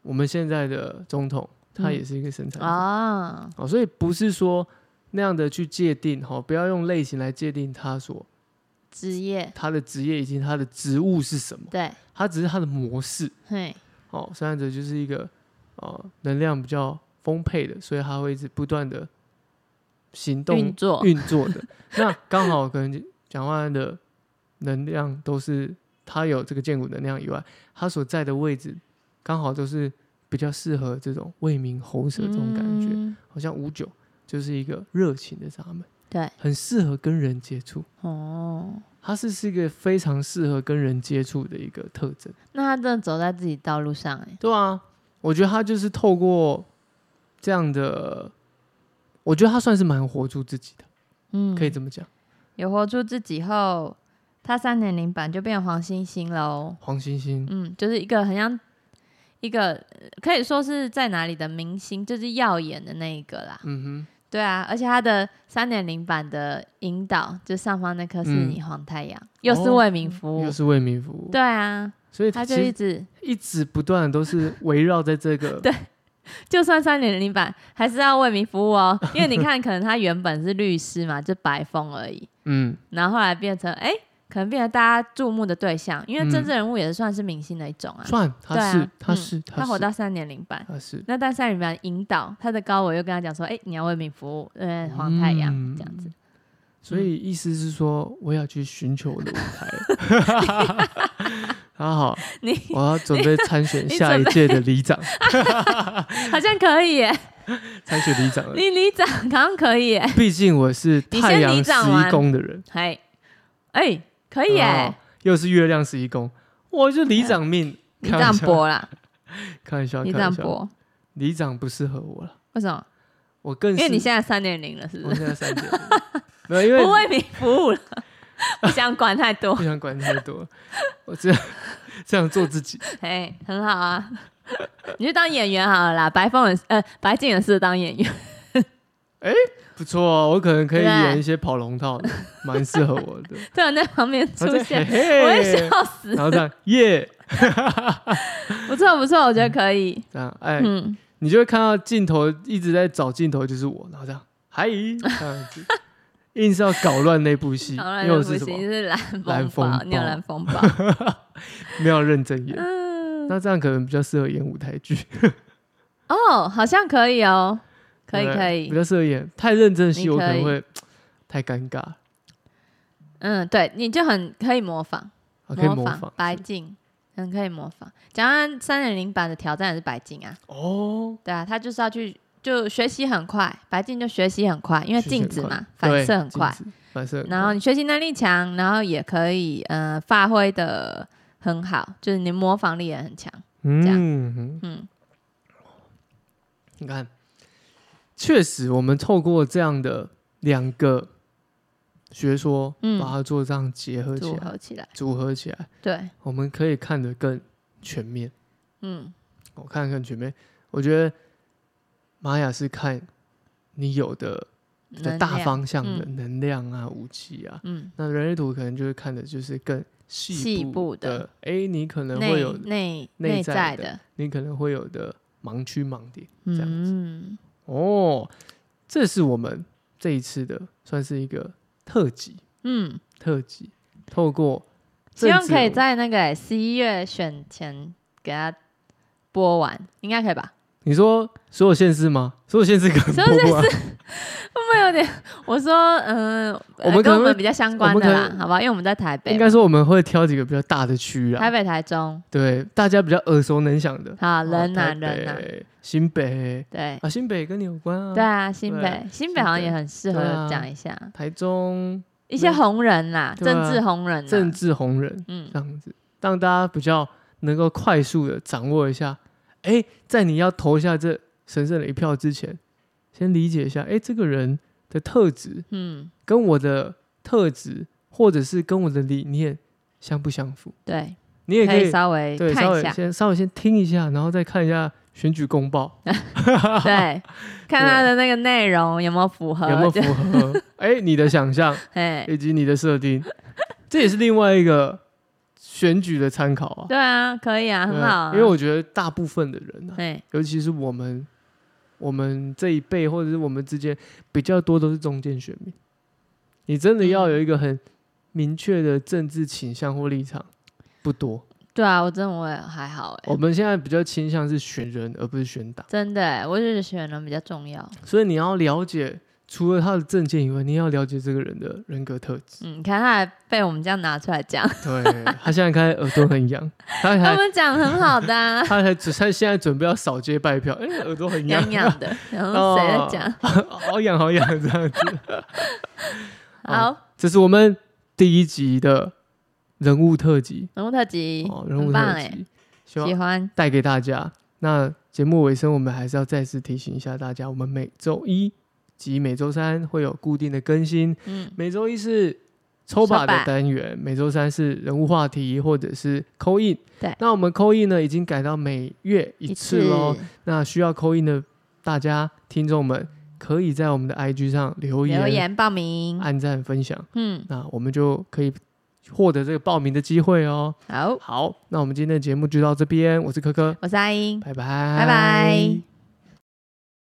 Speaker 1: 我们现在的总统，他
Speaker 2: 嗯
Speaker 1: 也是一个生产者。
Speaker 2: 啊，
Speaker 1: 哦，所以不是说那样的去界定，哦，不要用类型来界定他所
Speaker 2: 职业，
Speaker 1: 他的职业以及他的职务是什么，
Speaker 2: 对，
Speaker 1: 他只是他的模式。
Speaker 2: 嘿，
Speaker 1: 哦，生产者就是一个呃能量比较丰沛的，所以他会一直不断的行动
Speaker 2: 运作，
Speaker 1: 运作的。 那刚好可能蒋万安的能量都是他有这个建骨能量以外，他所在的位置刚好都是比较适合这种为民喉舌这种感觉。
Speaker 2: 嗯
Speaker 1: 好像五九就是一个热情的闸门，
Speaker 2: 对，
Speaker 1: 很适合跟人接触。
Speaker 2: 哦，
Speaker 1: 他是是一个非常适合跟人接触的一个特征，
Speaker 2: 那他真的走在自己道路上哎，
Speaker 1: 对啊，我觉得他就是透过这样的，我觉得他算是蛮活出自己的，
Speaker 2: 嗯，
Speaker 1: 可以这么讲。
Speaker 2: 有活出自己后，他三点零版就变黄星星喽。
Speaker 1: 黄星星，
Speaker 2: 嗯，就是一个很像一个呃可以说是在哪里的明星，就是耀眼的那一个啦。
Speaker 1: 嗯
Speaker 2: 对啊，而且他的三点零版的引导，就上方那颗是你黄太阳，又是为民服
Speaker 1: 哼，嗯
Speaker 2: 务。
Speaker 1: 哦又是为民服务，
Speaker 2: 对啊，
Speaker 1: 所以
Speaker 2: 他
Speaker 1: 他
Speaker 2: 就
Speaker 1: 其
Speaker 2: 一
Speaker 1: 实
Speaker 2: 直，
Speaker 1: 一直不断的都是围绕在这个
Speaker 2: 对就算三点零版还是要为民服务 哦，因为你看，可能他原本是律师嘛，就白风而已，
Speaker 1: 嗯
Speaker 2: 然后后来变成哎、诶可能变成大家注目的对象，因为政治人物也算是明星的一种啊。
Speaker 1: 嗯算
Speaker 2: 对
Speaker 1: 他
Speaker 2: 啊
Speaker 1: 是他
Speaker 2: 嗯
Speaker 1: 是
Speaker 2: 他
Speaker 1: 是
Speaker 2: 活到三点零版，
Speaker 1: 他是
Speaker 2: 那但三人版引导他的高，我又跟他讲说，哎、你要为民服务，呃，黄太阳、
Speaker 1: 嗯
Speaker 2: 这 样子，嗯
Speaker 1: 所以意思是说，我要去寻求我的舞台。 然后好，
Speaker 2: 你
Speaker 1: 我要准备参选
Speaker 2: 你
Speaker 1: 下一
Speaker 2: 准备
Speaker 1: 届的里长，
Speaker 2: 好像可以耶，
Speaker 1: 参选里长了。
Speaker 2: 你里长好像可以耶，
Speaker 1: 毕竟我是
Speaker 2: 你先
Speaker 1: 太阳
Speaker 2: 里
Speaker 1: 十
Speaker 2: 长
Speaker 1: 一
Speaker 2: 完
Speaker 1: 宫的人，
Speaker 2: 嘿，哎、可以耶
Speaker 1: 哦，又是月亮十一宫，我是里长命。
Speaker 2: 里
Speaker 1: 开玩
Speaker 2: 长
Speaker 1: 笑，
Speaker 2: 博啦，
Speaker 1: 开玩笑，
Speaker 2: 里
Speaker 1: 开玩
Speaker 2: 长
Speaker 1: 笑。
Speaker 2: 博，
Speaker 1: 里长不适合我了，
Speaker 2: 为什么？
Speaker 1: 我更
Speaker 2: 因为
Speaker 1: 是哦
Speaker 2: 你现在三点零了，是不
Speaker 1: 我
Speaker 2: 是？
Speaker 1: 现在三点零，没有因为
Speaker 2: 不为民服务了， 不想管太多
Speaker 1: 不，想管太多，我只想只想做自己。
Speaker 2: 哎，很好啊，你去当演员好了啦，白凤也是呃，白敬也是当演员，
Speaker 1: 不错哦，我可能可以
Speaker 2: 对不对啊
Speaker 1: 演一些跑龙套的，蛮适合我的。
Speaker 2: 突然在旁边出
Speaker 1: 然后再
Speaker 2: 现，
Speaker 1: 嘿哦嘿
Speaker 2: 我会笑死，
Speaker 1: 然后这样耶，
Speaker 2: 不错不错，我觉得可以，
Speaker 1: 这样哎，
Speaker 2: 嗯。
Speaker 1: 你就会看到镜头一直在找镜头，就是我，然后这样 嗨这样子，硬是要搞乱那部戏，
Speaker 2: 好了，
Speaker 1: 因为
Speaker 2: 那
Speaker 1: 我
Speaker 2: 不
Speaker 1: 是什么
Speaker 2: 行，是蓝
Speaker 1: 蓝
Speaker 2: 风
Speaker 1: 风
Speaker 2: 暴
Speaker 1: 暴，
Speaker 2: 你有蓝 风暴。
Speaker 1: 没有认真演，
Speaker 2: 嗯，
Speaker 1: 那这样可能比较适合演舞台剧，
Speaker 2: 哦，好像可以哦，可以
Speaker 1: 对不对
Speaker 2: 可
Speaker 1: 比
Speaker 2: 以，
Speaker 1: 较适合演太认真的戏，
Speaker 2: 你
Speaker 1: 我可
Speaker 2: 可
Speaker 1: 能
Speaker 2: 以
Speaker 1: 会太尴尬啊，
Speaker 2: 嗯，对，你就很可以模仿，
Speaker 1: 哦可以模
Speaker 2: 仿
Speaker 1: 仿
Speaker 2: 白净，很可以模仿。讲完三点零版的挑战也是白净啊，
Speaker 1: 哦，
Speaker 2: 对啊，他就是要去就学习很快，白净就学习很快，因为
Speaker 1: 学习
Speaker 2: 镜
Speaker 1: 哦很
Speaker 2: 子
Speaker 1: 快
Speaker 2: 嘛，反
Speaker 1: 对
Speaker 2: 射很快，，
Speaker 1: 镜子反射很快，
Speaker 2: 然后你学习能力强，然后也可以呃发挥的很好，就是你模仿力也很强，这样
Speaker 1: 嗯
Speaker 2: 嗯，
Speaker 1: 你看，确实，我们透过这样的两个学说，
Speaker 2: 嗯
Speaker 1: 把它做这样结合起
Speaker 2: 组
Speaker 1: 来，
Speaker 2: 合起来，
Speaker 1: 组合起来，
Speaker 2: 对，
Speaker 1: 我们可以看得更全面。
Speaker 2: 嗯
Speaker 1: 我看得更全面，我觉得玛雅是看你有的的
Speaker 2: 能
Speaker 1: 大
Speaker 2: 量
Speaker 1: 方向的
Speaker 2: 嗯
Speaker 1: 能量啊、武器啊。
Speaker 2: 嗯。
Speaker 1: 那人类图可能就是看的就是更细
Speaker 2: 细
Speaker 1: 部
Speaker 2: 部的
Speaker 1: 的，哎、你可能会
Speaker 2: 内
Speaker 1: 有，
Speaker 2: 内
Speaker 1: 内
Speaker 2: 内
Speaker 1: 在
Speaker 2: 在
Speaker 1: 的
Speaker 2: 的，
Speaker 1: 你可能会有的盲区盲点。这样子
Speaker 2: 嗯，
Speaker 1: 哦，这是我们这一次的算是一个特辑，
Speaker 2: 嗯，
Speaker 1: 特辑透过
Speaker 2: 希望
Speaker 1: 政治
Speaker 2: 可以
Speaker 1: 人物
Speaker 2: 在那个十一月选前给它播完，应该可以吧？
Speaker 1: 你说所有县市吗？所有县市可能
Speaker 2: 所有
Speaker 1: 不会啊
Speaker 2: 会不会有点？我说，嗯、
Speaker 1: 我们可能
Speaker 2: 跟我
Speaker 1: 会
Speaker 2: 们比较相关
Speaker 1: 我们
Speaker 2: 的
Speaker 1: 可
Speaker 2: 啦
Speaker 1: 能，
Speaker 2: 好吧？因为我们在台北
Speaker 1: 应
Speaker 2: 嘛，
Speaker 1: 该说我们会挑几个比较大的区啦，
Speaker 2: 台北、台中，
Speaker 1: 对大家比较耳熟能详的。
Speaker 2: 好，人呐、
Speaker 1: 啊，
Speaker 2: 人呐、
Speaker 1: 台北新北
Speaker 2: 对
Speaker 1: 啊，新北跟你有关啊，
Speaker 2: 对啊，新
Speaker 1: 对
Speaker 2: 北，新
Speaker 1: 北
Speaker 2: 北好像也很适
Speaker 1: 对啊
Speaker 2: 合讲一下、
Speaker 1: 台中
Speaker 2: 一些红人啦，
Speaker 1: 对啊
Speaker 2: 政治红人啦，
Speaker 1: 政治红人
Speaker 2: 嗯
Speaker 1: 这样子，让大家比较能够快速的掌握一下。哎，在你要投下这神圣的一票之前，先理解一下，哎，这个人的特质
Speaker 2: 嗯，
Speaker 1: 跟我的特质，或者是跟我的理念相不相符。
Speaker 2: 对，
Speaker 1: 你也
Speaker 2: 可
Speaker 1: 可
Speaker 2: 以
Speaker 1: 以
Speaker 2: 稍微
Speaker 1: 对稍
Speaker 2: 看一
Speaker 1: 微
Speaker 2: 下，
Speaker 1: 先稍微先听一下，然后再看一下选举公报
Speaker 2: 对，看他的那个内容有没有符合，
Speaker 1: 有没有
Speaker 2: 哦就
Speaker 1: 符合哎你的想 象
Speaker 2: 哎，
Speaker 1: 以及你的设定，这也是另外一个选举的参考啊。
Speaker 2: 对啊，可以啊，很
Speaker 1: 对
Speaker 2: 好
Speaker 1: 啊
Speaker 2: 啊、
Speaker 1: 因为我觉得大部分的人啊，
Speaker 2: 哎，
Speaker 1: 尤其是我们我们这一辈或者是我们之间比较多都是中间选民，你真的要有一个很明确的政治倾向或立场。不多，
Speaker 2: 对啊，我真的我也还好哎、
Speaker 1: 我们现在比较倾向是选人，而不是选党。
Speaker 2: 真的、欸，我就是选人比较重要。
Speaker 1: 所以你要了解，除了他的证件以外，你也要了解这个人的人格特 质。
Speaker 2: 嗯，你看他还被我们这样拿出来讲，
Speaker 1: 对他现在开始耳朵很痒，他
Speaker 2: 他
Speaker 1: 还
Speaker 2: 们讲很好的、啊
Speaker 1: ，他还只他现在准备要扫街拜票，哎、耳朵很
Speaker 2: 痒
Speaker 1: 痒，
Speaker 2: 痒的，然后谁在讲？
Speaker 1: 好痒好痒这样子。哦
Speaker 2: 好，
Speaker 1: 这是我们第一集的人物特辑
Speaker 2: 人物特辑，
Speaker 1: 哦，人物
Speaker 2: 很棒
Speaker 1: 特
Speaker 2: 哎、
Speaker 1: 辑，希
Speaker 2: 喜
Speaker 1: 望
Speaker 2: 欢，
Speaker 1: 带给大家。那节目尾声，我们还是要再次提醒一下大家，我们每周一及每周三会有固定的更新。
Speaker 2: 嗯，
Speaker 1: 每周一是抽把
Speaker 2: 抽把
Speaker 1: 的单元，每周三是人物话题或者是扣印。
Speaker 2: 对
Speaker 1: 那我们扣印呢已经改到每月一次喽。那需要扣印的大家听众们，可以在我们的 IG 上留言、
Speaker 2: 留言报名，
Speaker 1: 按赞、分享，
Speaker 2: 嗯，
Speaker 1: 那我们就可以获得这个报名的机会哦。
Speaker 2: 好，
Speaker 1: 好，那我们今天的节目就到这边，我是科科，
Speaker 2: 我是阿英，
Speaker 1: 拜拜，
Speaker 2: 拜拜